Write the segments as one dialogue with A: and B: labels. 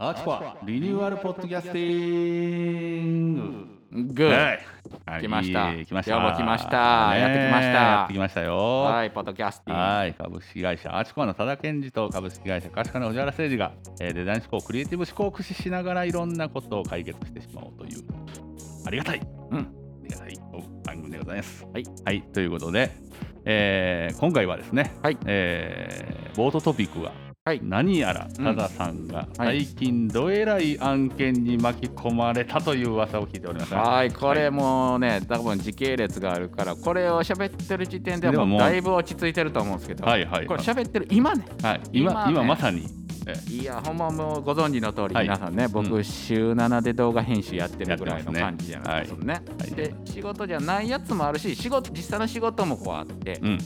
A: アーチパリニューアルポッドキャスティン
B: グ
A: グ
B: ー。
A: はい
B: 来ました
A: 来ました
B: 今日も来ました
A: ね
B: やってきました
A: やってきましたよは
B: はいい、ポッドキャスティング。
A: 株式会社アーチコアの多田健二と株式会社貸しカの藤原誠二が、えーデザイン思考クリエイティブ思考を駆使しながらいろんなことを解決してしまおうというありがたい、うん、ありがたい番組でございます
B: はい、
A: はい、ということで、えー今回はですね、
B: はい
A: えー冒頭トピックが
B: はい
A: 何やら
B: うん
A: たださんが
B: はい
A: 最近どえらい案件に巻き込まれたという噂を聞いておりますが
B: はい、これもうね、多分時系列があるから、これを喋ってる時点で
A: で
B: は
A: もも
B: も
A: う
B: うだいぶ落ち着いてると思うんですけど、
A: はいはい
B: これ喋ってる今ね、
A: はい、今今,、
B: 今ね
A: まさに
B: いや、ほんまもうご存知の通り、
A: はい
B: 皆さんね、僕、
A: う
B: 週7で動画編集やってるぐら
A: やって
B: いの
A: ますね
B: 感じじゃないですか、ね
A: はい
B: で、仕事じゃないやつもあるし、仕事実際の仕事もこうあって、
A: うん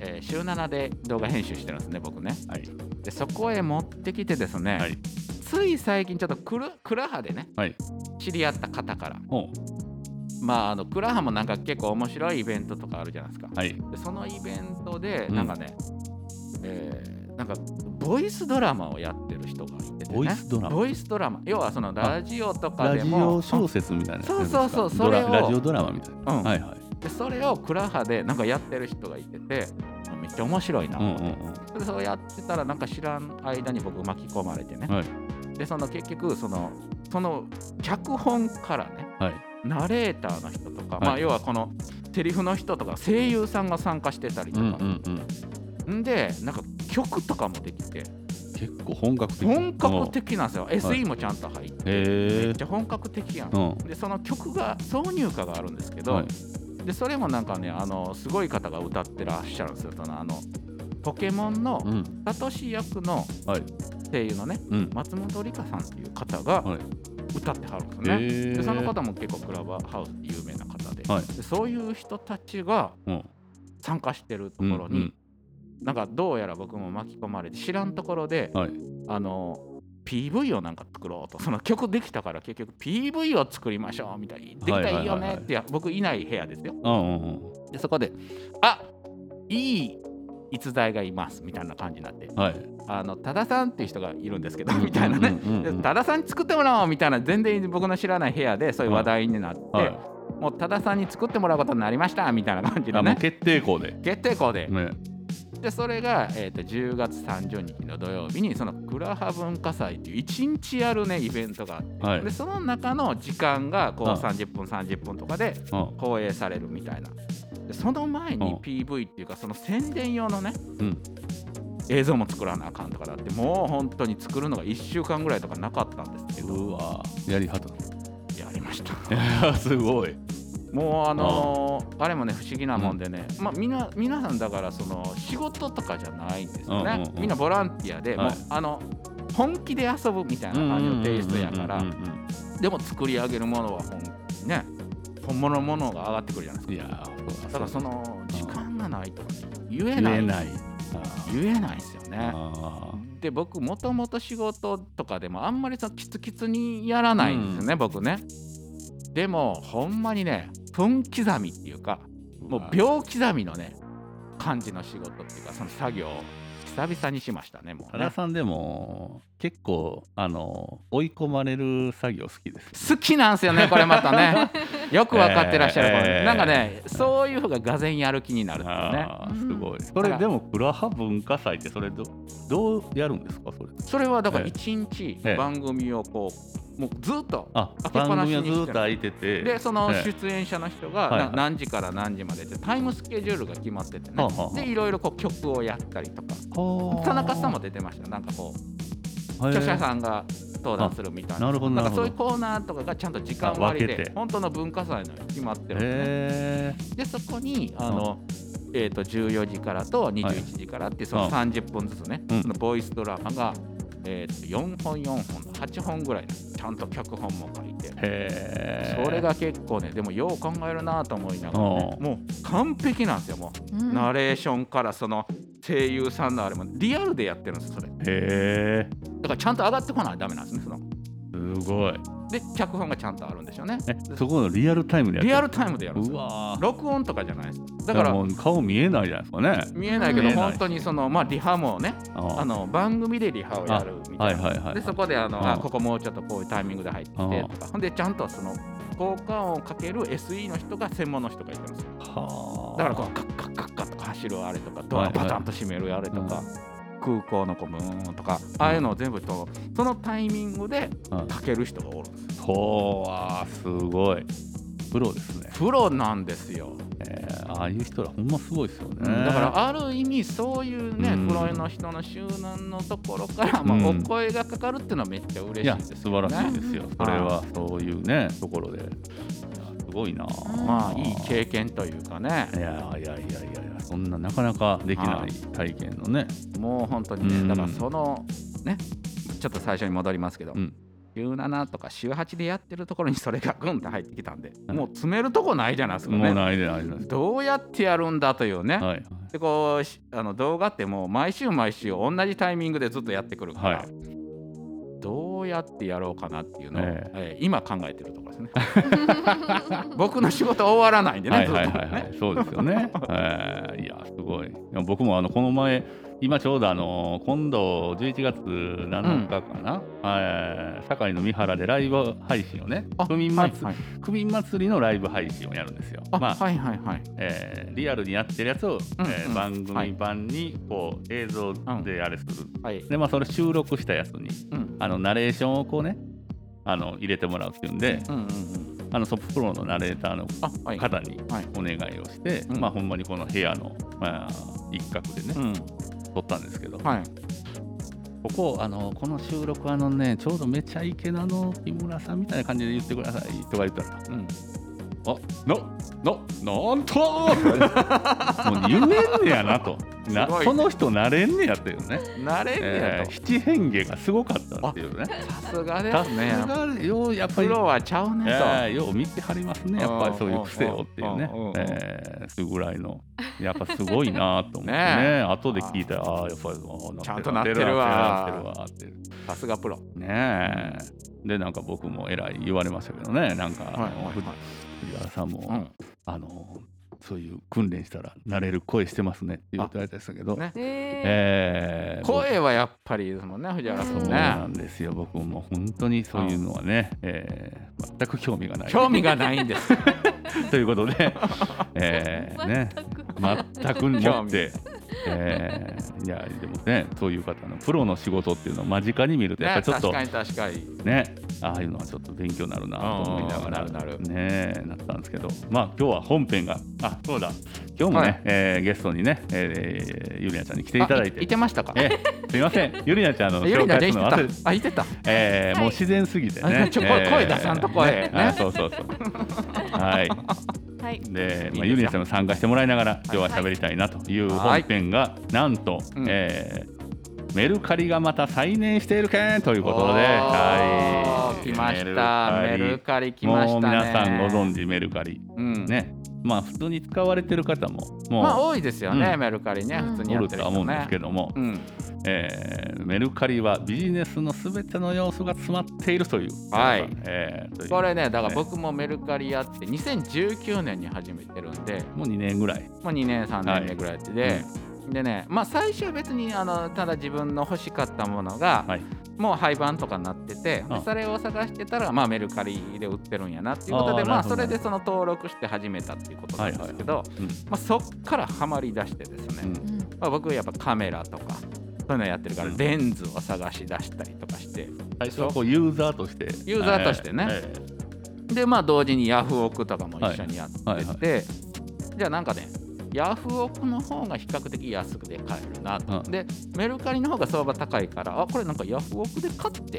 B: えー週7で動画編集してるんですね、僕ね。
A: はい
B: で、そこへ持ってきてですね、
A: はい
B: つい最近、ちょっとクラクラハでね、
A: はい
B: 知り合った方から、
A: おう
B: まあ、あのクラハもなんか結構面白いイベントとかあるじゃないですか。
A: はい
B: でそのイベントで、
A: うん
B: なんかね、えーなんかボイスドラマをやってる人がいてて、ね、
A: ボイスドラマ
B: ボイスドラマ要はそのラジオとか
A: ラ
B: で
A: ジ
B: も
A: オ小説みたいなやつですか
B: そうそうそう
A: ドラ
B: それを
A: ラジオドラマみたいな、
B: うん
A: はいはい
B: うんでそれをクラハでなんかやってる人がいててめっちゃ面白いな、
A: うんうん
B: でそうやってたらなんか知らん間に僕巻き込まれてね、
A: はい
B: でその結局そのその脚本からね
A: うんはい
B: ナレーターの人とか、
A: はい
B: まあ、要はこのセリフの人とか声優さんが参加してたりと
A: う
B: か、
A: んうんうん
B: んでなんか曲とかもできて
A: 結構本格的
B: 本格
A: へ
B: 的なんですよ SE もちゃんと入って、め
A: え
B: っちゃ本格的やん、
A: うん
B: でその曲が挿入歌があるんですけど、
A: はい
B: でそれもなんかねあのすごい方が歌ってらっしゃるんですよそのあのポケモンの
A: うん
B: サトシ役の
A: はい
B: 声優のね
A: うん
B: 松本里香さんっていう方が
A: はい
B: 歌ってはるんですよね、
A: へえ
B: でその方も結構クラブハウスで有名な方で,、
A: はい
B: でそういう人たちが
A: うん
B: 参加してるとこ
A: うん
B: ろに、なんかどうやら僕も巻き込まれて知らんところで、
A: はい
B: あの PV をなんか作ろうとその曲できたから結局 PV を作りましょうみたいにできたらいいよねってや僕いない部屋ですよ
A: うんうんうん
B: でそこであいい逸材がいますみたいな感じになって
A: はい
B: あの多田さんっていう人がいるんですけど みたいなね
A: うんうんう
B: で
A: んうん
B: 多田さんに作ってもらおうみたいな全然僕の知らない部屋でそういう話題になって、
A: はい
B: もう多田さんに作ってもらうことになりましたみたいな感じ
A: あ
B: の
A: もう
B: ね
A: 決定校で
B: 決定校で、
A: ね
B: でそれが、えー、と10月30日の土曜日にそのクラハ文化祭っていう1日やるねイベントがあって、
A: はい
B: でその中の時間がこう
A: あ
B: 30分30分とかで
A: うん
B: 放映されるみたいなでその前
A: うん
B: に PV っていうかその宣伝用のね
A: うん
B: 映像も作らなあかんとかだってもう本当に作るのが1週間ぐらいとかなかったんですけど
A: うわやりはた
B: やりました
A: すごい。
B: もうあのーあれもね不思議なもんでね、まあ、みな皆さんだからその仕事とかじゃないんですよね、
A: うんうんうん
B: みんなボランティアで、
A: はい
B: もうあの本気で遊ぶみたいな感じのテイストやから
A: うんうんうん
B: でも作り上げるものは本ね本物のものが上がってくるじゃない
A: うん
B: で
A: い
B: すか
A: や
B: だからそ
A: の
B: の
A: そう
B: 時間がないとか言え
A: 言
B: ない
A: えない。
B: 言えないですよね
A: あ
B: で僕もともと仕事とかでもあんまりそのキツキツにやらないんですよね、僕ねでもほんまにね分刻みっていうか
A: ー
B: もう秒刻みのね感じの仕事っていうかその作業を久々にしましたねもう
A: 原
B: ね
A: さんでも結構あの追い込まれる作業好きです。
B: 好きなんですよねこれま たねよく分かってらっしゃる、
A: えー
B: これなんかねそういうふうががぜんやる気になるっていうね
A: あーすごい。そ
B: だか
A: れ
B: ら
A: でもクラハ文化祭ってそれどどうやるんですかそれ。
B: それはだから
A: ええ
B: 一日
A: ええ
B: 番組をこうもうずっと
A: あ
B: 開けっぱ
A: 番
B: なしに
A: 組は
B: して
A: ず
B: る
A: っと空いてて。
B: でその
A: ええ
B: 出演者の人
A: はいは
B: が
A: い
B: な何時から何時までってタイムスケジュールが決まってて
A: は
B: ね
A: あはあ
B: でいろいろこう曲をやったりとか
A: はあ
B: 田中さんも出てましたなんかこう著者さんが登壇するみたい
A: な
B: な
A: るほど
B: な
A: なんる
B: か
A: ほど。
B: そういうコーナーとかがちゃんと時間割
A: あ分けて
B: で本当の文化祭の決まってるんですね
A: へ
B: でそこにあのえーと14時からと21時からってその30分ずつね
A: うん
B: そのボイスドラマがえーと4本4本8本ぐらいのちゃんと脚本も書いて
A: え。へえ。
B: それが結構ねでもよう考えるなと思いながらね
A: うん
B: もう完璧なんですよもう、ナレーションからその声優さんのあれもリアルでやってるんですそれだ
A: へえ。
B: からちゃんと上がってこないとダメなんですねその
A: すごい。
B: で脚本がちゃんとあるんでしょうね
A: えそこのリアルタイムでやって
B: リアルタイムでやるんです
A: う
B: よ
A: わー
B: 録音とかじゃないです
A: だ
B: だ
A: から
B: か
A: らもう顔見えないじゃないですかね
B: 見えないけ
A: 見
B: ど
A: えない
B: 本当にそのまあリハもね
A: あ
B: あの番組でリハをやるみみた
A: はいい
B: な。
A: はいはい
B: でそこであの、
A: うん
B: あここもうちょっとこういうタイミングで入ってきてとかほんでちゃんとその効果音をかける SE の人が専門の人がいてるんですよ
A: はあ
B: だからこうカッカッカッカッとか走るあれとかド
A: はい
B: ア
A: はい
B: バタンと閉めるあれとか、空港のこうムーンとかああいうのを全部とそのタイミングで
A: うん
B: かける人がおるんです
A: ほうあーすごいプロですね、
B: プロなんですよ、
A: えーああいう人らほんますごいですよね、
B: だからある意味そういうね、
A: うん
B: プロの人の集団のところから、まあ、
A: う
B: お
A: ん
B: 声がかかるっていうのはめっちゃ嬉しい
A: いや
B: ですよね
A: 素晴らしいですよそれはそういうねところでいやすごいな
B: まあいい経験というかね
A: いやいやいやいやいやそんななかなかできな
B: はいい
A: 体験のね、
B: もう本当
A: う
B: に
A: ん
B: ねだからそのねちょっと最初に戻りますけど、
A: うん
B: 17とか週8でやってるところにそれがグンと入ってきたんで、
A: うん
B: もう詰めるとこないじゃないですか
A: もう
B: ね
A: ないでないでないで
B: どうやってやるんだというね、
A: はい
B: でこうしあの動画ってもう毎週毎週同じタイミングでずっとやってくるから、
A: はい
B: どうやってやろうかなっていうのを、
A: ええ
B: えー今考えてるところです ね僕の仕事は終わらないんでね
A: はい
B: ずっと
A: は
B: ね、
A: いはいはいそうですよ ね、えーいやすごいいや僕もあのこの前今ちょうどあの今度11月7日かな、えー堺の三原でライブ配信をね
B: あ
A: 区民祭,、
B: はいはい
A: 区民祭りのライブ配信をやるんですよ
B: あ
A: まあ、
B: はいはいはい
A: えーリアルにやってるやつを、
B: うん
A: えー
B: うん
A: 番
B: は
A: 組
B: い
A: 版にこう映像であれする、
B: はい、
A: でまあそれ収録したやつに
B: うん、
A: あのナレーションをこうねあの入れてもらうっていうんで
B: うんうんうん
A: あのソッププロのナレーターの
B: あはい
A: 方に
B: はい
A: お願いをして、
B: うん
A: まあほんまにこの部屋の、まあ、一角でね、
B: うん
A: 撮ったんですけど、
B: はい
A: ここあのこの収録あのねちょうどめちゃイケなの木村さんみたいな感じで言ってくださいとか言ったら
B: うん
A: 「あなななんと!」 もう言えんねやなとな
B: すごいね
A: その人なれんねやっていうね、
B: 慣れんね
A: え
B: や
A: ー
B: と
A: 七変化がすごかったっていうね。
B: さすがで
A: さ
B: す
A: す
B: ね
A: がようやっぱ
B: プ
A: り
B: ロはちゃうねと、
A: ええよう見てはりますねやっぱりそういう癖をっていうね
B: うんうんうんうん
A: ええすぐらいのやっぱすごいなと思ってね
B: ね
A: 後で聞いたらああやっぱりああ
B: ちゃんとなってるわ
A: なってるなってるわって
B: さすがプロ
A: ねえでなんか僕もえらい言われましたけどねなんか、
B: はいはい
A: あの藤藤原さんも、
B: うん
A: あのそういう訓練したらなれる声してますねって言って言われたんですけど、
B: ね
C: え
A: ええ
B: 声はやっぱりですもんね藤原さ
A: 僕
B: ん
A: そう
B: ね
A: なんですよ、僕も本当にそういうのはね、ええ全く興味がない
B: 興味がないんですよ
A: ということ で、えー、ね
C: ー、全く
A: 全く持って、えー、いやでもねそういう方のプロの仕事っていうのを間近に見るとやっぱ
B: ね
A: りちょっ
B: 確
A: と
B: かに確かに
A: ねああいうのはちょっと勉強になるなと思いながら
B: うんうんうんなるなる
A: ねなったんですけどまあ今日は本編があそうだ今日もね、
B: はい
A: えーゲストにね、えーゆりなちゃんに来ていただい
B: あい
A: て。
B: てましたか
A: えーすみません、ゆりなちゃんの
B: ゆり
A: 紹
B: な
A: 介
B: ちゃ
A: す
B: ん
A: るの忘
B: いて
A: れて
B: たあいてた
A: えー
C: はい
A: もう自然すぎてね。
B: ちょ
A: えー
B: 声出さんと声ね
A: あそうそうそう。はい。
C: はい
A: で、まあ、
B: い
A: ゆ
B: いですか
A: りなさんも参加してもらいながら今日は喋りたいなという
B: は
A: 本
B: い
A: 編がなんと、
B: うん
A: えーメルカリがまた再燃しているけんということで、
B: おー
A: はい、
B: 来ましたメルカリ来ま
A: も
B: したね
A: う皆さんご存知メルカリ
B: うん
A: ね、まあ普通に使われてる方ももう、
B: まあ多いですよ
A: う
B: ね
A: ん
B: メルカリね
C: うん
B: 普通に
A: お
B: やっ
A: る
B: て
A: と
B: る
A: は
B: 人
A: 思うんで
B: ね
A: すけども、
B: うん
A: えーメルカリはビジネスのすべての要素が詰まっているという、
B: はい
A: えーという
B: これねだから僕もメルカリやって2019年に始めてるんで
A: もう2年ぐらい、
B: もう2年3年目ぐらいやってで、
A: はい
B: でねまあ最初は別にあのただ自分の欲しかったものが、
A: はい
B: もう廃盤とかになってて、
A: あ
B: それを探してたら、まあ、メルカリで売ってるんやなっていうこと
A: あ
B: で
A: ー
B: ま
A: な
B: あ
A: るほど
B: それでその登録して始めたっていうことなんですけど、
A: うん
B: まあ、そっからハマり出してですね、
A: うん
C: うん
B: まあ、僕やっぱカメラとかそういうのやってるから
A: うん
B: レンズを探し出したりとかして
A: 最初はこうユーザーとして
B: ユーザーとしてね
A: えーえー
B: でまあ同時にヤフオクとかも一緒にやってて、
A: はいはいは
B: じゃあなんかねヤフオクの方が比較的安くで買えるなと、
A: うん
B: でメルカリの方が相場高いからあこれなんかヤフオクで買って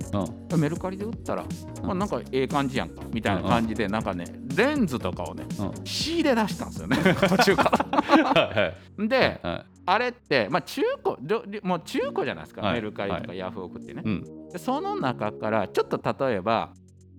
A: うん
B: メルカリで売ったら、
A: う
B: あ、
A: ん
B: なんかええ感じやんかみたいな感じで、なんかねレンズとかをね
A: うん
B: 仕入れ出した んですよね途中か
A: はいはい
B: ら。で
A: は
B: あれって、まあ、中古どりもう中古じゃないですか、
A: はい
B: メルカリと
A: は
B: かヤフオクってね、
A: い、うん
B: でその中からちょっと例えば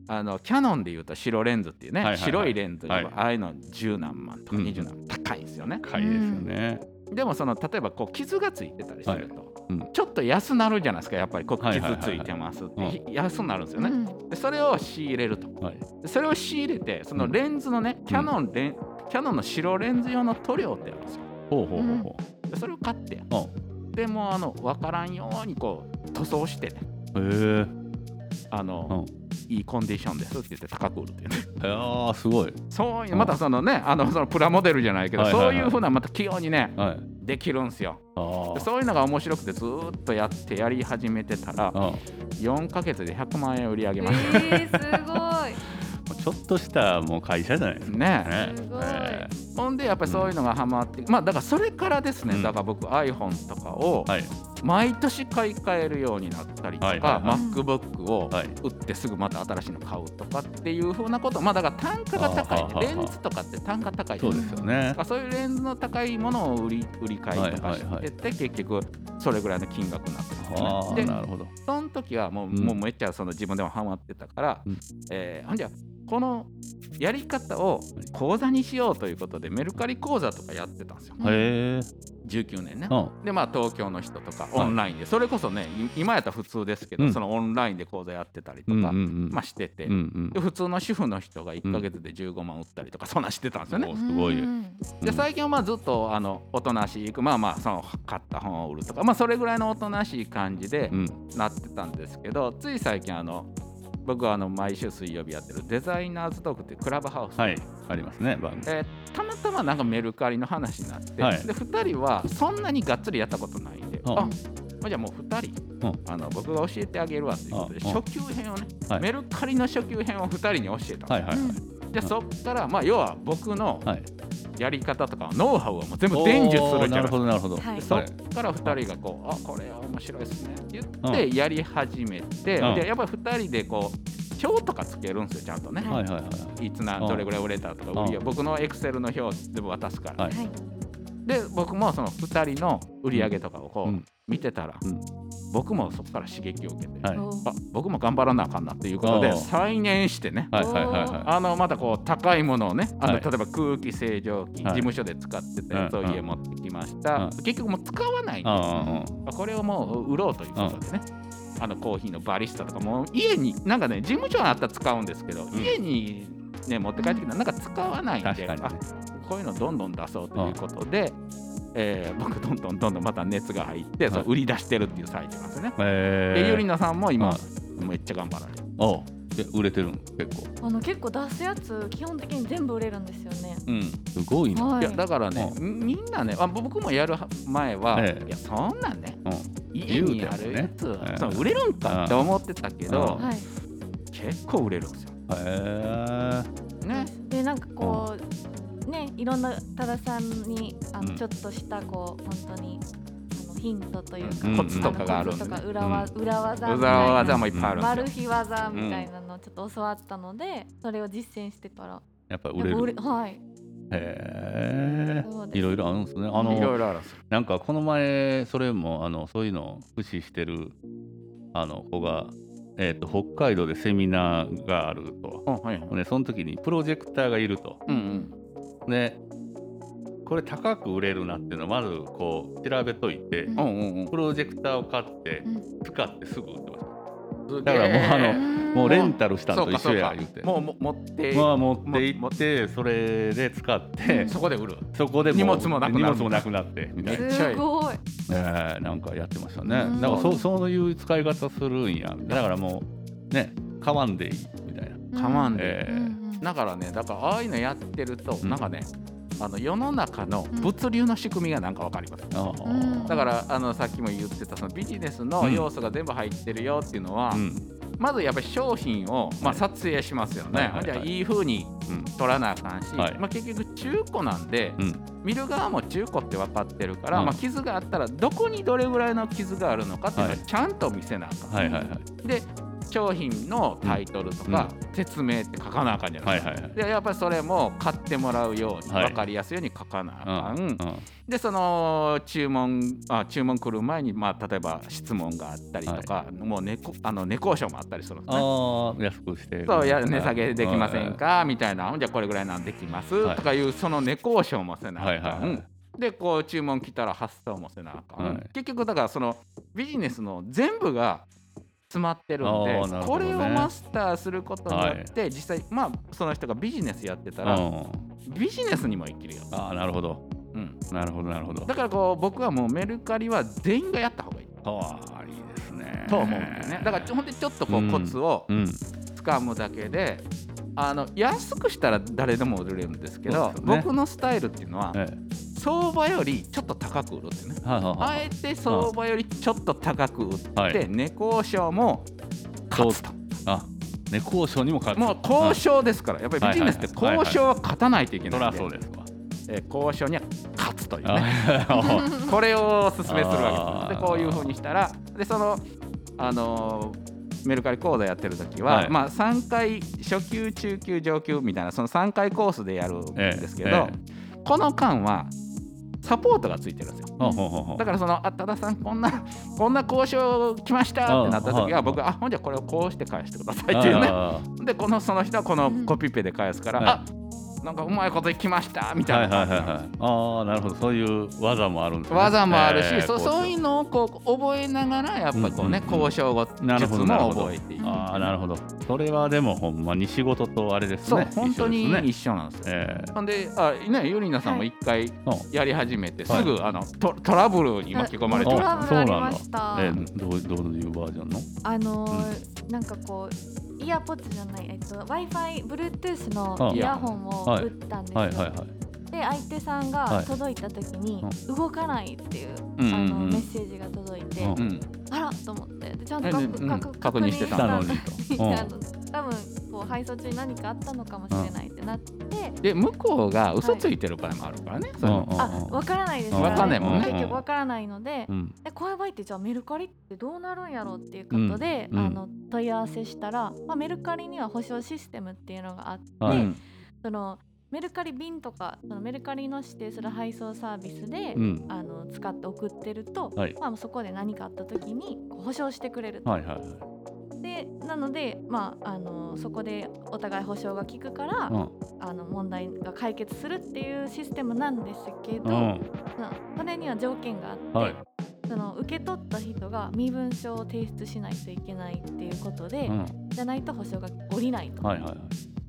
B: あのキャノンでいうと白レンズっていうね、
A: はいはいはい
B: 白いレンズが、
A: はい
B: ああいうの10何万とか
A: うん
B: 20何万高いですよね、
A: 高いですよね。
B: でもその例えばこう傷がついてたりすると、
A: はいうん
B: ちょっと安なるじゃないですかやっぱりこう
A: はいはいはい
B: 傷
A: はい
B: ついてますって、
A: うん
B: ひ安なるんですよね、
C: うん
B: でそれを仕入れると
A: はい。
B: でそれを仕入れてそのレンズのね、キャノンレンキャノンの白レンズ用の塗料ってあるんですよ
A: ほうほうほうほ
B: でそれを買って
A: う。
B: でもうあの分からんようにこう塗装してね
A: うえ
B: あの、いいコンディションですって言って高く売 るっていうね
A: あーすごい
B: そういううんまたそのねあのそのプラモデルじゃないけど、
A: はいはいはい
B: そういうふうなまた器用にね
A: はい
B: できるんですよ
A: あー
B: でそういうのが面白くてずーっとやってやり始めてたら
A: あ
B: 4ヶ月で100万円売り上
C: え
B: げまし
C: ー、
A: ちょっとしたもう会社じゃないで
B: た
A: すか
B: ねね
A: ね
C: すごい
A: え
B: ほんでやっぱりそういうのがハマって、まあだからそれからですね、
A: うん
B: だから僕 iPhone とかを
A: ーはい
B: 毎年買い替えるようになったりとか、
A: はいはい
C: はい
B: MacBook を
A: はい
B: 売ってすぐまた新しいの買うとかっていうふうなことまあだから単価が高い
A: あーはーは
B: レ
A: ーはー
B: ンズとかって単価高いじ
A: そ
B: ゃ
A: う
B: ない
A: で
B: です
A: よね
B: かそういうレンズの高いものを売り売り買いとか
A: は
B: し
A: い
B: てて、
A: はいはい
B: 結局それぐらいの金額になってたんです
A: あ
B: ね
A: ー
B: で
A: なるほど
B: その時はもう,、
A: ん
B: もうめっちゃその自分でもハマってたから、
A: うん
B: えーほんじゃこのやり方を講座にしようということでメルカリ講座とかやってたんですよ
C: うん
A: へえ
B: 19年ね
A: う。ん
B: でまあ東京の人とか
A: い
B: オンラインで、それこそねい今やったら普通ですけど、
A: うん
B: そのオンラインで講座やってたりと
A: う
B: か、
A: んうんうん
B: まあ、してて、
A: うんうん
B: で普通の主婦の人が1ヶ月で15万売ったりとかそんなんしてたんですよね。
A: おすごい
C: うん
B: で最近はまあずっとあのおとなしくまあまあその買った本を売るとか、まあ、それぐらいのおとなしい感じで、
A: うん
B: なってたんですけどつい最近あの僕はあの毎週水曜日やってるデザイナーズトークっていうクラブハウス、
A: はいありますね番組
B: えーたまたまなんかメルカリの話になって、
A: はい
B: で2人はそんなにがっつりやったことないんで、
A: うん
B: あじゃあもう2人、
A: うん
B: あの僕が教えてあげるわということで
A: うん
B: 初級編をね、
A: はい
B: メルカリの初級編を2人に教えたんです、
A: はいはい
B: でそっからまあ要は僕の
A: はい
B: やり方とかノウハウをもう全部伝授す
A: お
B: る
A: ー
B: じ
A: なる
B: ゃないです
A: ほ
B: か
A: どなるほど
C: はい
B: そ
A: は
B: っ
A: い
B: から2人がこう「あこれは面白いですね」って言ってやり始めて、
A: うん
B: でやっぱり2人でこう表とかつけるんですよちゃんとね、
A: はいはいはい
B: い、つな
A: うん
B: どれぐらい売れたとか、
A: うん
B: 売り上げ僕のエクセルの表全部渡すから、
A: はい
C: はい
B: で僕もその2人の売り上げとかをこう、
A: うん
B: 見てたら、
A: うん
B: 僕もそこから刺激を受けて、
A: はい
C: おー
B: あ僕も頑張らなあかんなということで
A: うん
B: 再燃してね
A: はいはいはいはい
B: あのまたこう高いものをねあの、
A: はい
B: 例えば空気清浄機、
A: はい
B: 事務所で使ってたやつを
A: うん
B: 家持ってきました、
A: うん
B: 結局もう使わないんで
A: あーうんうん
B: これをもう売ろうということでね、あのコーヒーのバリスタとかもう家になんかね事務所にあったら使うんですけど、
A: ん
B: 家にね持って帰ってきたらなんか使わないんで
A: 確かにね
B: あこういうのどんどん出そうということで、えー僕どんどんどんどんまた熱が入って、
A: はい
B: そう売り出してるっていう最中なんですよね。
A: へー
B: でゆりなさんも今
A: は、
B: めっちゃ頑張られてる、
A: おうで売れてるん結構
C: あの結構出すやつ基本的に全部売れるんですよね。
B: うん
A: すごいな
C: はいい。
B: やだからね、みんなねあ僕もやる前は、
A: ええ
B: いやそんなんね
A: うん
B: 家にあるやつ、
A: 言うてもね
B: そう売れるんかって思ってたけど、
A: うん
C: はい。
B: 結構売れるんですよ。
A: へ
B: ね、
C: でなんかこうねいろんな多田さんにあ
A: う
C: の
A: ん
C: ちょっとしたこう本当にあのヒントというか、
A: うんコツと
B: かがあるん
C: コ
B: で
C: ツ
B: ね
C: とか裏わ、裏技
B: 小
C: みたいな
B: 沢技もいっぱいあるんですよ。
C: マル秘技みたいなのをちょっと教わったので、それを実践してから
A: やっぱ売
C: やっ
A: れ
C: ぱ
A: る
C: はい
A: へ
C: そうで
A: え
C: す
A: いろいろあるんですねあ
B: いろ
A: の
B: いろあるんですよ。
A: なんかこの前それもあのそういうのを駆使してるあの子がえーと北海道でセミナーがあると
B: うんはいはい
A: でその時にプロジェクターがいると
B: うんうん
A: でこれ高く売れるなっていうのをまずこう調べといて
C: うん
B: うんうん
A: プロジェクターを買って
C: うん
A: 使ってすぐ売ってまし
B: うん。
A: だからもうあのたもうレン
C: タ
A: タルした
B: そ
A: の
B: う
A: と
B: か
A: 一
B: そ
A: 緒
B: う
A: や
B: か
A: 言うて。
B: もうも持って
A: まあ持って行
B: も
A: ってそれで使って
B: そこで売る。
A: そこでも
B: 荷物もなくなる
A: 荷物もなくなってみたいな、
B: めっちゃいい
C: すごい。
A: えーなんかやってましたね
C: うん
A: だからそそういう使い方するんやだからもうね買わんでいいみたいな、
B: かまん
C: う
B: で
A: え
C: うんう
A: ー
C: ん
B: だからねだからああいうのやってると、
A: ん
B: なんかねあの世の中の物流の仕組みがなんかわかります。
A: あ
C: うん
B: だからあのさっきも言ってたそのビジネスの要素が全部入ってるよっていうのは、
A: あうん
B: まずやっぱり商品を、まあ、撮影しますよね、
A: はいはいはい
B: じゃあいい風に
A: うん
B: 撮らなあかんし、
A: はい
B: まあ、結局中古なんで、
A: うん
B: 見る側も中古って分かってるから、
A: うん
B: まあ、傷があったらどこにどれぐらいの傷があるのかっていう
A: は
B: のはいちゃんと見せなあか
A: は
B: ん、
A: いはいはい
B: で商品のタイトルとか、説明って書かなあかんじゃな
A: はい
B: いですか。
A: はいはい
B: でやっぱりそれも買ってもらうように、
A: はい
B: 分かりやすいように書かなあかん、
A: うんうん
B: でその注文あ注文来る前に、まあ、例えば質問があったりとか、もう猫あの猫ショもあったりするんですね。
A: ああ安くして
B: そうや値下げできませんかみたいなじゃあこれぐらいなんできます、
A: はい
B: とかいうその値交渉もせなあか
A: はい
B: ん、
A: はいはい
B: でこう注文来たら発送もせなあかん、
A: はい
B: 結局だからそのビジネスの全部が詰まってるんで
A: あーなるほ
B: こ
A: どね
B: れをマスターすることによって、実際まあその人がビジネスやってたら、
A: うん
B: ビジネスにも生きるよ、
A: ああなるほど
B: うん、
A: なるほどなるほど
B: だからこう僕はもうメルカリは全員がやった方がいい
A: ああいいですね
B: と思うんだよねだからちょほんでちょっとこ
A: うん
B: うコツを
A: うん、
B: つかむだけで、あの安くしたら誰でも売れるんですけ
A: そう
B: ど
A: ですよね
B: 僕のスタイルっていうのは
A: え
B: 相場よりちょっと高く売るっていうね
A: えはいはい
B: あ
A: はい
B: えて相場よりちょっと高く売っ
A: は
B: て
A: い
B: 猫交渉も勝つと
A: あね交渉にも勝つ
B: もう交渉ですからやっぱりビジネスって
A: はいはいはい
B: 交渉は勝たないといけ
A: うん
B: な
A: そ
B: い
A: り
B: ん
A: ゃそ
B: で
A: うですわ
B: えー交渉には勝つというね
A: あ
B: これをおすすめするわけです。
A: あ
B: で
A: ー
B: こういうふうにしたらでそのあのーメルカリ講座やってる時は、
A: はい
B: まあ、3回初級中級上級みたいなその3回コースでやるん
A: ええ
B: ですけど、
A: ええ
B: この間はサポートがついてるんですよ
A: ほうほうほうほう
B: だからその「あ多田さんこんな こんな交渉来ました」ってなった時
A: あ
B: は
A: あ
B: 僕「あほんじゃこれをこうして返してください」っていうね
A: あ
B: でこのその人はこのコピペで返すから「
A: うん
B: あなんかうまいこといきました」み
A: ーは
B: た
A: い
B: いな
A: は
B: 感
A: い
B: じ
A: はは
B: ないんですよ
A: いああなるほどそういう技もあるんですね
B: 技もあるし、
A: ええ
B: そう
A: 交渉
B: そういうのをこう覚えながらやっぱりこうね、
A: うんうんうん
B: 交渉
A: なる
B: 術
A: ほどなる
B: も
A: ほど
B: 覚えていく
A: ああなるほどそれはでもほんまに仕事とあれですね
B: そう、本当に
A: 一緒ですね
B: 一緒なんですよ。
A: え
B: ほんであねゆりなさんも
C: はい
B: 一回
A: あ
B: やり始めて、
A: はい
B: すぐあのトトラブルに巻き込まれて
A: あ
C: ト
B: ま
C: ラブルありました
A: ー、えーどうどういうバージョンの
C: あのーなんかこうイヤポッツじゃない、えっと、w i f i Bluetooth の
A: あ
C: イヤホンを
A: はい
C: 打ったんですよ、
A: はいはいはい
C: で相手さん
A: は
C: が
A: い
C: 届いた時に動かないっていう、
B: うんうん
C: あの
B: うん
C: メッセージが届いて、
A: うん
B: うん、
C: あらと思ってでちゃんと
B: え
C: か
B: うん
C: か
B: うん
C: 確
B: 確
C: 認
B: 認
C: し
B: してて
C: た
B: た
A: なの
C: んで
A: に
C: す
A: とうん
C: あの多分こう配送中に何かあったのかもしれないってなって、
B: で向こうが嘘ついてる場合もあるからね、それも
A: うん
C: あわからないです
B: わかんないもんね
C: 結局わからないので、
A: うん
C: でこういう場合ってじゃあメルカリってどうなるんやろうっていうことで、
A: うんうん
C: あの問い合わせしたら、まあ、メルカリには保証システムっていうのがあって、
A: はい
B: うん
C: そのメルカリ便とかそのメルカリの指定する配送サービスで、
A: うん
C: あの使って送ってると、
A: はい
C: まあ、そこで何かあった時にこう保証してくれると、
A: はいはいはい
C: でなので、まあ、あのそこでお互い保証が効くから、あの問題が解決するっていうシステムなんですけど、
A: うんうん
C: なこれには条件があって、
A: はい
C: その受け取った人が身分証を提出しないといけないっていうことで、
A: うん
C: じゃないと保証が下りないと、
A: はいはいはい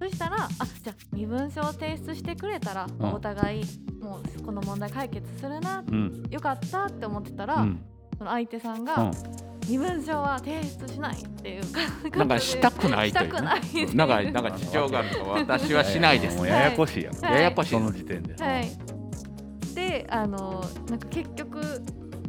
C: そしたらあじゃあ身分証を提出してくれたら、
A: ん
C: お互いもうこの問題解決するな
A: うん
C: よかったって思ってたら、
A: うん
C: その相手さん
A: う
C: が
A: ん
C: 身分証は提出しないっていうか
B: なんかしたくないという
C: したくないっていう
B: なんかなんか事情があるとか私はしないです
A: もうややこしいやん
C: はい
B: ややこしい
A: その時点で
C: はい、であのなんか結局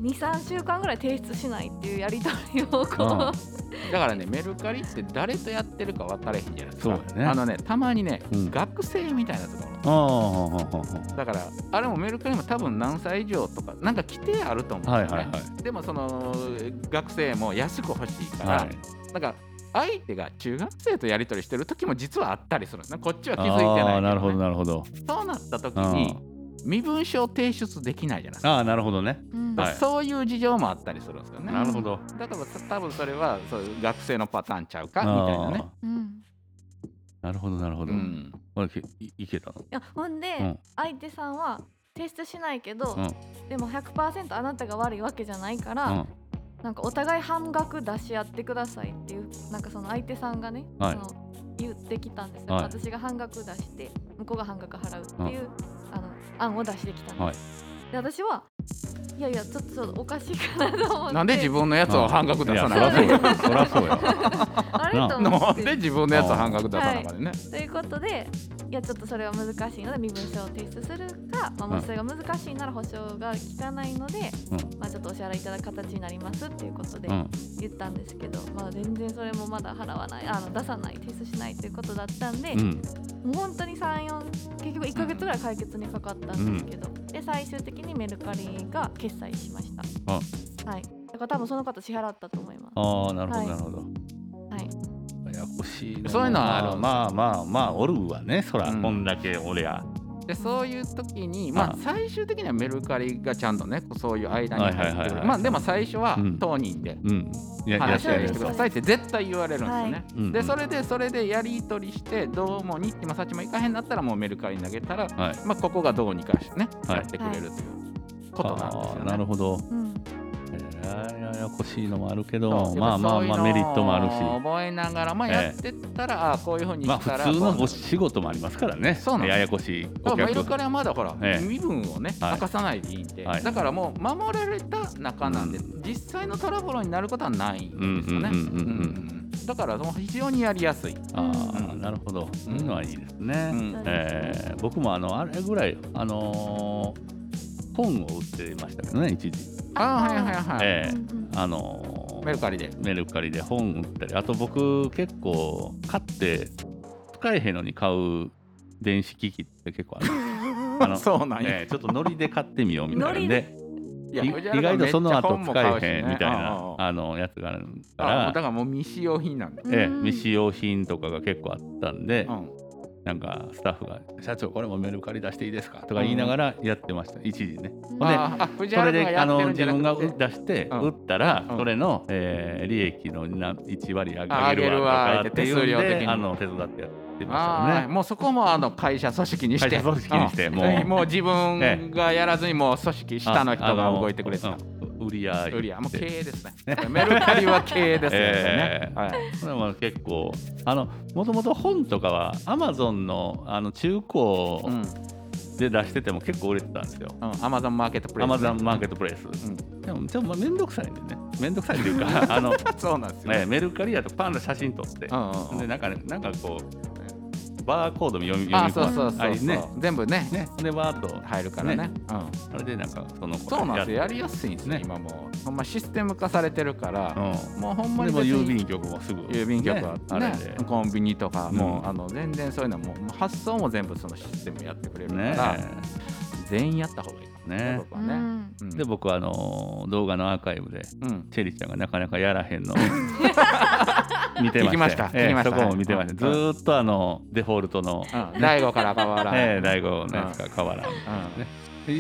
C: 23週間ぐらい提出しないっていうやり取りをこう、
A: うん
B: だからねメルカリって誰とやってるか分からへんじゃないですか
A: そうだね
B: あのねたまにね、
A: うん
B: 学生みたいなとこ
A: あ
B: ろ
A: あはい
B: だからあれもメルカリも多分何歳以上とかなんか規定あると思うん
A: は
B: だ
A: い
B: よね、
A: はい
B: でもその学生も安く欲しいから、
A: はい
B: なんか相手が中学生とやり取りしてる時も実はあったりするんですねこっちは気づいてないけどね、
A: ああなるほどなるほど
B: そうなった時に身分証提出できないじゃないですか
A: ああなるほどね
C: うん
A: はい
B: そういう事情もあったりするんですよね
A: なるほど
B: だから多分それはそういう学生のパターンちゃうかみたいなね
A: ああ
C: うん
A: なるほどなるほ
B: う
A: ど
B: ん
A: これいいけたの
C: いやほんで、
A: うん
C: 相手さんは提出しないけど、
A: う
C: でも100%あなたが悪いわけじゃないから、
A: うん
C: なんかお互い半額出し合ってくださいっていうなんかその相手さんがね、
A: はい
C: その言ってきたんですよ、
A: はい
C: 私が半額出して向こうが半額払うっていう、あの案を出してきたんです、
A: はい
C: で私はいやいやちょっとおかしいかなと思って
B: なんで自分のやつを半額出さない
A: や
B: か
A: そりゃそうやそりゃそうや
C: あれと 思
B: な
C: っ
B: んで
C: て
B: 自分のやつを半額出さなあかんね、
C: ということでいやちょっとそれは難しいので身分証を提出するか、まあ、もしそれが難しいなら保証が効かないので、
A: う
C: まあ、ちょっとお支払いいただく形になりますっていうことで
A: うん
C: 言ったんですけど、まあ、全然それもまだ払わないあの出さない提出しないということだったんで、
A: うん
C: もう本当に34結局1ヶ月ぐらい解決にかかったんですけど、で最終的にメルカリが決済しました、
A: あ
C: はい、だから多分その方支払ったと思います
A: ああなるほ
C: は
A: ど
C: い
A: なるほど
C: はい
A: ややこしいな
B: そういうのはある
A: まあまあまあおるわねそら、
B: うん
A: こんだけおりゃ
B: でそういう時に、ま
A: あ
B: あ、最終的にはメルカリがちゃんとねそういう間に入ってくる、
A: はいはいはいはい
B: まあでも最初は
A: うん
B: 当人で
A: うんややっ
B: 話
A: し
B: し
A: ゃ
B: 合
A: い
B: い
A: です
B: して
A: か
B: くださいって絶対言われるんですよね。
A: うんうん
B: でそれでそれでやり取りしてどうもにってまあさっきもいかへんなったらもうメルカリに投げたら、
A: はい
B: まあ、ここがどうにかしてね、
A: はい
B: やってくれるということなんですよ
A: あ
B: ね。
A: ーなるほど
C: うん
A: いやいやいややこしいのもあるけ
B: そうや
A: ど
B: っぱ
A: まあまあ
B: そういう
A: ま
B: の
A: あメリットもある
B: を
A: し
B: 覚えながら、まあ、
A: ええ
B: やってったら、ああこういうふうに
A: まあ
B: したら、
A: 普通の
B: こう
A: お仕事もありますからね
B: そうなんです
A: ややこしい
B: だから
A: 顧
B: メール
A: 客
B: からまだほら、
A: ええ
B: 身分をね
A: はい
B: 明かさないでいいんで、
A: はい
B: だからもう守られた中なんで、実際のトラブルになることはないんですよね。
A: うんうんうんうんうん
B: うんうんだからもう非常にやりやすい。
A: ああ
B: うん
A: なるほどそういうのはいいですね、
B: うん
C: そう
A: え
C: ですね
A: ー僕もあのあれぐらい、あのー本を売ってましたけどね一時、
B: ああはいはいはい。
A: えー
C: うんうん
A: あのー
B: メルカリで。
A: メルカリで本売ったりあと僕結構買って使えへんのに買う電子機器って結構あるあの
B: そうなんや。
A: えーちょっとノリで買ってみようみたいなん
C: ノリ
A: で
B: いや
A: い
B: 藤原さん
A: 意外とその後
B: めっちゃ本も買
A: 使
B: うし
A: えへん
B: ね
A: みたいな
B: あああ
A: あのやつがあるか
B: ああも
A: ら、
B: うだからもう未使用品なんだ。
A: えー
C: うん
A: 未使用品とかが結構あったんで、
B: うん。
A: なんかスタッフが「社長これもメルカリ出していいですか?」とか言いながらやってました、一時ね。
C: う
A: ほ
C: ん
A: んで
B: ああ藤
A: それ
B: 原さんが
A: で
B: や
A: あ
B: って
A: の
B: るん
A: 自
B: じゃなく
A: 分
B: て
A: が出して
B: うん
A: 売ったら、
B: うん
A: それの、えー利益のな1割上
B: あ
A: げるわ
B: 上げるわ
A: とかっていうん
B: 手数料的に
A: であの手伝ってやってました
B: あ
A: よ
B: あ
A: ね。
B: もうそこもあの会社組織にし
A: 会
B: て
A: 社組織にして
B: うん
A: もう
B: 自分がやらずにもう組織下の人が動いてくれて
A: あ
B: た
A: あのうん売り合い
B: 売りはもう経営ですねメルカリは経営ですね、
A: ええ
B: はい、
A: これは結構あのもともと本とかはアマゾンのあの中
B: うん
A: 古で出してても結構売れてたんですよ。
B: うんアマゾンマーケットプレ
A: ア
B: イスね、
A: マゾンマーケットプレイス、
B: ん
A: でもちょっとまあ面倒くさいんでね面倒くさいっていうかあの、
B: そうなんですよ、
A: ね、メルカリやとパンの写真撮って、
B: うんうんうん
A: でなんかねなんかこうバーコードも読み
B: あ
A: 読
B: あ
A: み
B: そう
A: 込んで
B: そうそうそう、
A: あれね
B: 全部ね
A: ねでバーっと
B: 入るからね
A: ね
B: う
A: そ
B: ん、
A: れでなんかその子
B: そうなんですよ
A: や
B: や
A: っ
B: りやすいんですね
A: ね
B: 今もうほんまシステム化されてるから、
A: う
B: もうほん
A: ん、
B: ま
A: で
B: に
A: も
B: 別に
A: 郵便局もすぐ、
B: 郵便局は
A: あ
B: ね
A: れで
B: コンビニとかもう、
A: うん
B: あの全然そういうのはもうもう発送も全部そのシステムやってくれるから、
A: ね
B: 全員やった方がいい
A: ね
B: 僕はね、うん
A: で僕はあのー動画のアーカイブで
B: うん
A: チェリちゃんがなかなかやらへん のを見てまして
B: 聞きました
A: ええ
B: 聞きました
A: そこも見てました、
B: はい
A: ずーっとあのデフォルトの、
B: うん大悟から 変わらん、
A: ええ大悟のやつが変わらんね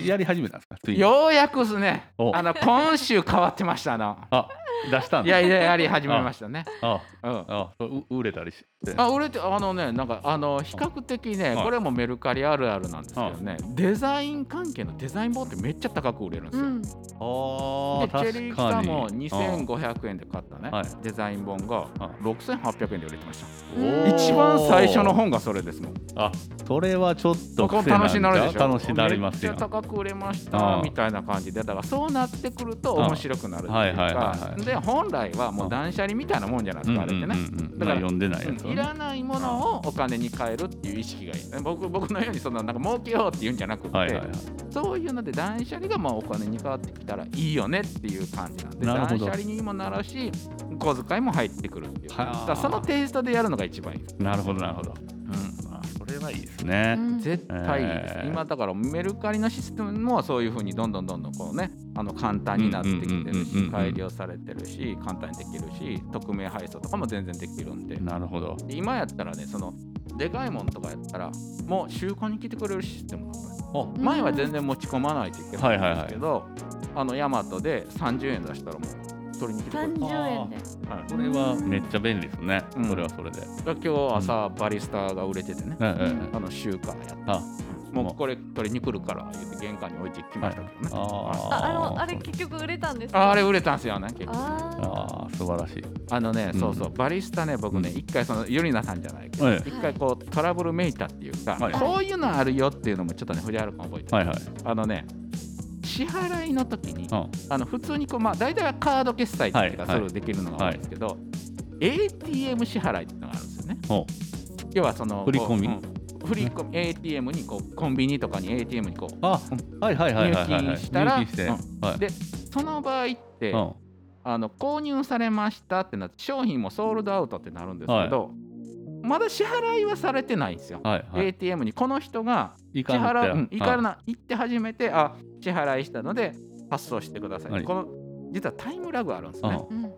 A: やり始めたんですかつ
B: うん
A: いに
B: ようやくですね
A: お
B: あの今週変わってましたあの
A: あ出したん
B: い
A: だ
B: やいややり始めましたね
A: あ
B: うん
A: あそうう売れたりして
B: あ俺ってあのねなんかあの比較的ね
A: はい
B: これもメルカリあるあるなんですけどねデザイン関係のデザイン本ってめっちゃ高く売れるんですよ、
C: うん
A: あ
B: でチェリーキさんも2500円で買ったね、
A: はい
B: デザイン本が
A: はい
B: 6800円で売れてました、
C: おー
B: 一番最初の本がそれですもん
A: あそれはちょっと
B: これ
A: 癖なんだ
B: 楽しなるでしょ
A: 楽しなりますよ
B: めっちゃ高く売れまし
A: う
B: た
A: ん
B: みたいな感じでだからそうなってくると面白くなるっていう
A: はいはいはい
B: か
A: はい
B: で本来はもう断捨離みたいなもんじゃないですかあれってね、
A: だ
B: だ
A: か
B: からら
A: 読んでないやつ
B: う
A: を
B: ん
A: ね
B: いらないものをお金に変えるっていう意識がいい僕僕のようにそんななんか儲けようっていうんじゃなくて、
A: はいはいはい
B: そういうので断捨離がまあお金に変わってきたらいいよねっていう感じなんで
A: なるほ
B: 断
A: ど
B: 捨離にもなるし小遣いも入ってくるっていう
A: はあ
B: だからそのテイストでやるのが一番いいです、
A: なるほどなるほどまあそれはいいですね
C: うん
B: 絶対いいです、
A: えー
B: 今だからメルカリのシステムもそういうふうにどんどんどんどんこうねあの簡単になってきてる
A: うんうんうんうんうんう
B: し
A: ん
B: 改良されてるし簡単にできるし匿名配送とかも全然できるんで
A: なるほど
B: で今やったらねそのでかいもんとかやったらもう週間に来てくれるシステムなんです
A: お
B: 前は全然持ち込まないといけないんですけど、あのヤマトで30円出したらもう取りに来てくれる、
C: 30円で
B: はい
A: これはめっちゃ便利ですね
B: うん
A: それはそれで
B: だから今日朝バリスタが売れててね、
A: ええええ
B: あの週間やって
A: あ
B: もうこれ取りに来るから言って玄関に置いてきましたけどね、
A: あ
C: ああの
A: ー
C: あれ結局売れたんです
B: あ
C: か
B: あれ売れたんですよね結局
C: あ
A: あー素晴らしい
B: あのね、
A: うん
B: そうそうバリスタね僕ね
A: うん
B: 一回そのユリナさんじゃないけど、
A: ええ
B: 一回こうトラブルメーターっていうか、
A: はい
B: こういうのあるよっていうのもちょっとね藤原君覚えてる、
A: はいはい
B: あのね支払いの時に
A: うん
B: あの普通にこう、まあ、大体はカード決済と
A: はい
B: かす
A: は
B: る
A: い
B: できるのが多いんですけど、ATM 支払いっていうのがあるんですよね。
A: ほ
B: 要はそのこう
A: 振り込み
B: うん振り込み ATM にこうコンビニとかに ATM にこう
A: うあはいはいはいはいはいはい
B: 入金したら
A: 入金して
B: う
A: はい
B: でその場合って、
A: うん
B: あの購入されましたってなって商品もソールドアウトってなるんですけど、まだ支払いはされてないんですよ。
A: はいはい
B: ATM にこの人が
A: い
B: 支
A: ん
B: 払う、うん、
A: い
B: いか
A: ん
B: な行って初めてあ支払いしたので発送してください、
A: はい
B: この実はタイムラグあるんです
A: うん
B: ね、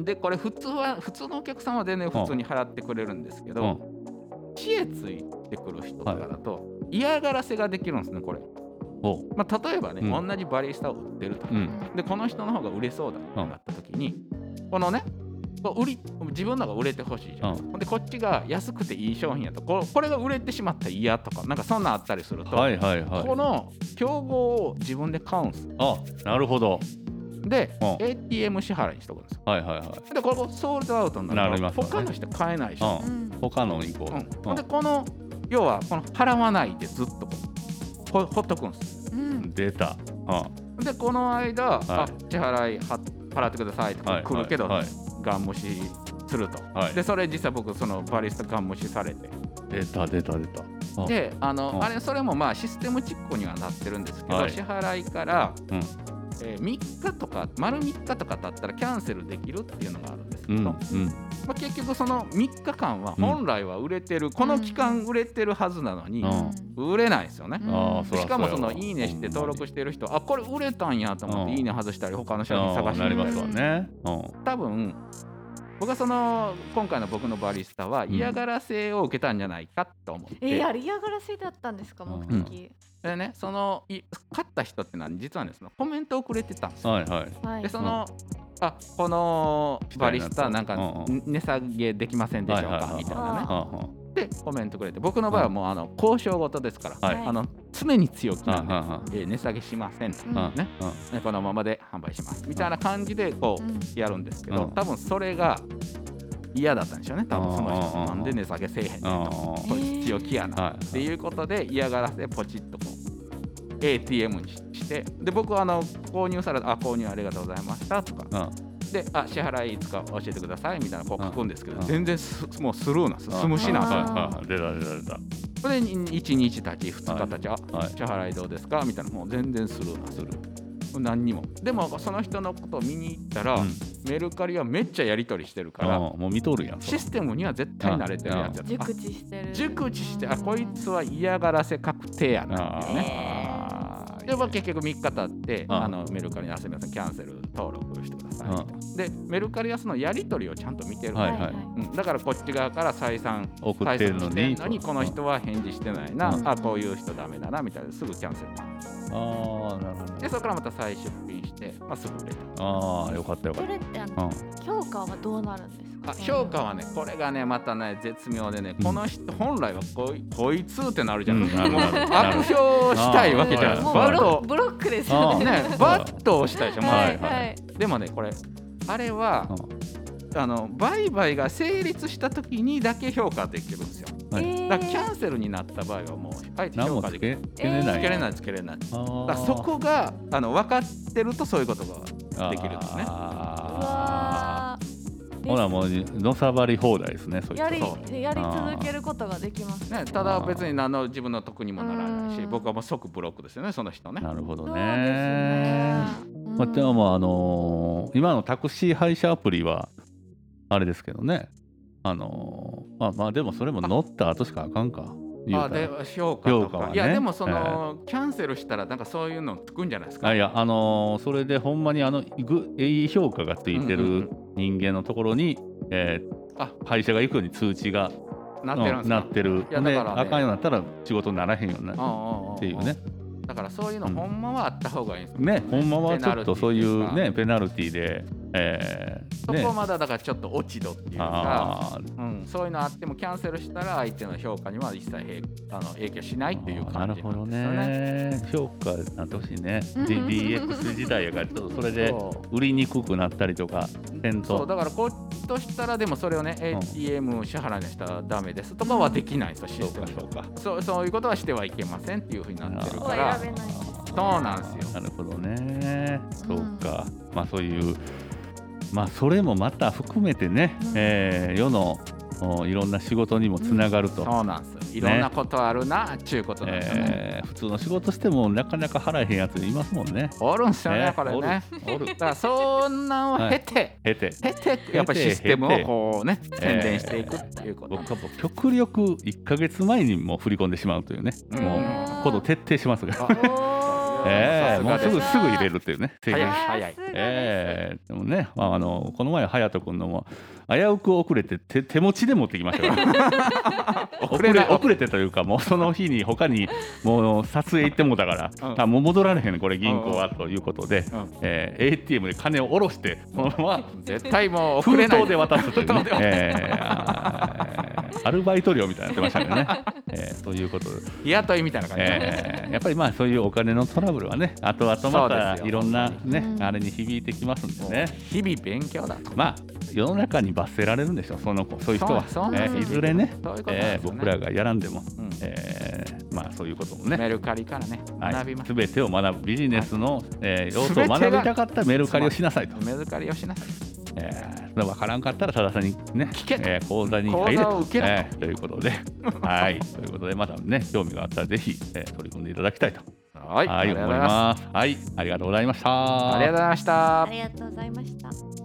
B: でこれ普通は普通のお客さんは全然普通に払ってくれるんですけ
A: うん
B: ど、知恵ついてくる人とかだと嫌がらせができるんですねこれ、
A: ほ
B: まあ、例えばね、
A: う
B: 同じバリスタを売ってると、
A: ううん
B: でこの人の方が売れそうだってなった時に、このねこう売り自分のが売れてほしいじゃん、
A: うん
B: ほんでこっちが安くていい商品やとここれが売れてしまったら嫌とかなんかそんなんあったりすると、
A: はいはいはい
B: この競合を自分で買うんです
A: あなるほど
B: で
A: うん
B: ATM 支払いにしとくんですよ
A: はいはいはい。
B: でこれソールドアウトにな
A: な
B: る
A: り
B: か
A: ま
B: ら
A: すよね
B: 他の人買えないし、
A: うん
C: うん
A: 他のに行こ
B: うん
A: う。
B: ほんでこの要はこの払わないでずっとほほっとくんです
C: うん
A: 出た。う
B: でこの間、あ
A: い
B: 支払いは払ってくださいって
A: んはい
B: 来るけど、
A: はい
B: ガン無視すると、
A: はい
B: でそれ実際僕そのバリスタガン無視されて
A: 出た出た出た。あ
B: であ
A: う
B: の
A: ん
B: あれそれもまあシステムチックにはなってるんですけど、
A: はい
B: 支払いから、
A: うん
B: えー3日とか丸3日とか経ったらキャンセルできるっていうのがあるんですけ
A: う
B: ど、
A: んう
B: ま
A: ん。
B: あ、結局その3日間は
A: うん
B: 本来は売れてる、この期間売れてるはずなのに
A: う、ん
B: 売れないですよね。
C: うん
A: ああ、そら
B: しかもその
A: うやわ
B: いいねして登録してる人あこれ売れたんやと思って
A: うん
B: いいね外したり他
A: ほ
B: の商
A: ん
B: 品
A: まに
B: 探し
A: ああな
B: た
A: りま
B: り
A: すわね。う
B: 多分僕はその今回の僕のバリスタは
A: ん
B: 嫌がらせを受けたんじゃないかと思って、
C: えー、あれ嫌がらせだったんですか目的、
B: でねそのい勝った人ってのは実はねそのコメントをくれてたんです
A: ん。
B: よ。
A: はいはい。
C: はい
B: でその、あこのバリスタなんか
A: うんうん
B: 値下げできませんでしょう
A: はいはい
B: か
A: はい
B: みたいなね
C: あ
A: はんはん
B: でコメントくれて僕の場合はもうあの交渉事ですから、
A: はい
C: はい
B: あの常に強気な
A: は
B: ん
A: ん
B: で、
A: はんはん
B: えー値下げしませんと、
C: うん
A: うん
B: ね
A: うん
B: ねこのままで販売しますみたいな感じでこ
C: うん
B: うやるんですけど、
A: うん
B: 多分それが嫌だったんでしょうね多分その人
A: うんうんうん
B: なんで値下げせえへんねんと
A: あ
B: こいつ強気や
A: あ
B: な
A: は
B: っ
A: い
B: ていうことで嫌がらせでポチッとこう ATM にしてで僕はあの購入されたあ購入ありがとうございましたとか
A: うん
B: であ支払いいつか教えてくださいみたいなこう書くんですけど
A: うん
B: 全然すもうスルーなんですスムシなんですよ
C: あー
A: はいはい出た出た出た
B: それで1日たち2日たち、あ
A: はい
B: 支払いどうですかみたいなもう全然スルーなスルー何にもでもその人のことを見に行ったら、
A: うん
B: メルカリはめっちゃやり取りしてるから、
A: うんもう見とるやんそ
B: シ
A: れ
B: ステムには絶対慣れてるやつやった
C: 熟知してる
B: 熟知してあこいつは嫌がらせ確定やなっていうね
A: あー
B: でまあ結局3日経って、
A: うん
B: あのメルカリにあすみませんキャンセル登録してください、
A: うん
B: でメルカリはそのやり取りをちゃんと見てる、
A: はいはい
B: うん、だからこっち側から再三
A: 送っ
B: 対
A: て
B: 策
A: るの
B: して
A: に
B: んのにこの人は返事してないな、
C: うん
B: あこういう人ダメだなみたいなすぐキャンセル
A: ああなるほど
B: でそこからまた再出品して、まあ、すぐ売れた
A: ああよかったよか
C: そ
A: っ
C: れってあ
A: た
C: の
A: うん
C: 評価はどうなるんですか
B: あ評価はねこれがねまたね絶妙でねこの人本来はこいこいつってなるじゃないですか、
A: うん
B: もう
A: なるなる
B: 悪評したいわけじゃない
A: あー
B: です
C: も
B: か
A: は
C: う
A: い
B: バ
C: ブ
B: ッ
C: ロ
B: ト
C: ブロックですよ
A: あー
C: ね
B: ねバットをしたいでしょ、まあ
A: は
C: はいい
A: は
C: はいい
B: でもねこれあれは
A: う、
B: あの売買が成立した時にだけ評価できるんですよ
A: はい
C: えー
B: だからキャンセルになった場合はもうあえて
A: 何
B: 評
A: も
B: 価
A: つ
B: できる
A: けつけれない
B: つけれないつけれない
A: あー
B: だからそこがあの分かってるとそういうことができるんですね
C: う
A: あ
C: わ
A: ーほらもうのさばり放題ですねそい
C: ー
A: つ
C: やり
A: そう
C: やり続けることができます
B: ね、ただ別に何の自分の得にもならないし
C: うん
B: 僕はもう即ブロックですよねその人ね。
A: なるほど
C: そうです
A: ねまあ、で
C: ね
A: ももうあのー今のタクシー配車アプリはあれですけどねあのーまあまあでもそれも乗った後しかあかんか言
B: あ
A: うた
B: で
A: ら
B: 評価と
A: 評価
B: か
A: はね
B: いやでもその、キャンセルしたらなんかそういうのつくんじゃないですか。
A: あいやあのーそれでほんまにあのぐいい評価がついて
B: うんうん
A: る人間のところに、えー
B: あ
A: 配車が行くように通知が
B: なって
A: う
B: るんで
A: ん
B: すか。
A: なってる
B: いや
A: で
B: だからね
A: あかんようになったら仕事にならへんようになる
B: っ
A: っていうね。
B: だからそういうのほんまはあった方がいいんですよ
A: ねほんまはちょっとそういう。
B: ペナルティー
A: ねペナルティーで、えー
B: とかそこ
A: ね
B: まだだからちょっと落ち度っていうか、
A: あー
B: うん、そういうのあってもキャンセルしたら相手の評価には一切へあの影響しないっていう
A: あー
B: 感じなんですよ
A: な
B: ね。
A: るほどね評価なんてほしいね
C: うん
A: DBX 時代やからちょっとそれで
B: そう
A: 売りにくくなったりとかせん
B: そう
A: と
B: だからこっちとしたらでもそれをね
A: ん
B: ATM 支払いにしたらダメですとかはできないんですよシ
A: そう
B: ステ
A: か
B: ム
A: そうか
B: そうそういうことはしてはいけませんっていうふうになってる
C: こ
B: か
C: こ
B: ら
C: 選べない
B: そうなんですよ
A: なるほどねそうかまあそういうまあそれもまた含めてね
C: うん
A: えー世のおいろんな仕事にもつながると
B: そうなんですよいろんなことあるなっちゅうことなんですよね、
A: えー普通の仕事してもなかなか払えへんやついますもんね
B: おるんすよね
A: ね
B: これね
A: おる
B: だからそんなんを経て、
A: 経て
B: 経てやっぱりシステムをこうね宣伝していくっていうこと、
A: 僕はもう極力1か月前にもう振り込んでしまうというね
B: うん
A: もうこと徹底しますが
B: あ
C: おー
A: ええ
B: さす
A: も
B: が
A: う
B: です
A: ぐす
B: す
A: ぐ入れるっていうね。正解
B: 早い早い
C: さすがです
A: ええでもね、まあ、あのこの前隼人君のも危うく遅れて手手持ちで持ってきましたから 遅れ
B: れない
A: 遅れてというかもうその日に他にもう撮影行ってもうたから、
B: うん
A: あもう戻られへんこれ銀行はということで、
B: うん
A: ええ ATM で金を下ろしてそのまま
B: 絶対もう遅
A: 封
B: れない
A: 筒で渡すというね
B: 封筒で渡す
A: ええあーアルバイト料みたいになってましたけどね。えーということで、
B: 雇いみたいな感じ、
A: えーやっぱりまあそういうお金のトラブルはね後々ま
B: そう
A: た
B: ですよ
A: いろんな、ね
C: うん
A: あれに響いてきますんでね
B: 日々勉強だと。
A: まあ世の中に罰せられるんでしょうその子そういう人は
B: そうそう
A: え
C: なん
A: ー
C: で
A: い
C: す
A: ずれね
B: そういうことなん
A: え
B: で
A: ー
B: すよね
A: 僕らがやらんでも、
B: うん
A: えーまあそういうこともね
B: メルカリからね、学びます。
A: すべてを学ぶビジネスの、えー要素を
B: 全てが
A: 学びたかったらメルカリをしなさいと、
B: メルカリをしなさい。
A: えー、分からんかったらたださんにね
B: 聞けと
A: えー講座に入れ
B: 講座を
A: と,、
B: 受けろと
A: えーということ ではいということでまたね興味があったらぜひ、えー取り組んでいただきたいと、
B: はい、ありがとう
A: 思い
B: ございます。
A: ますはいありがとうございました
B: ありがとうございました
C: あ。りがとうございました。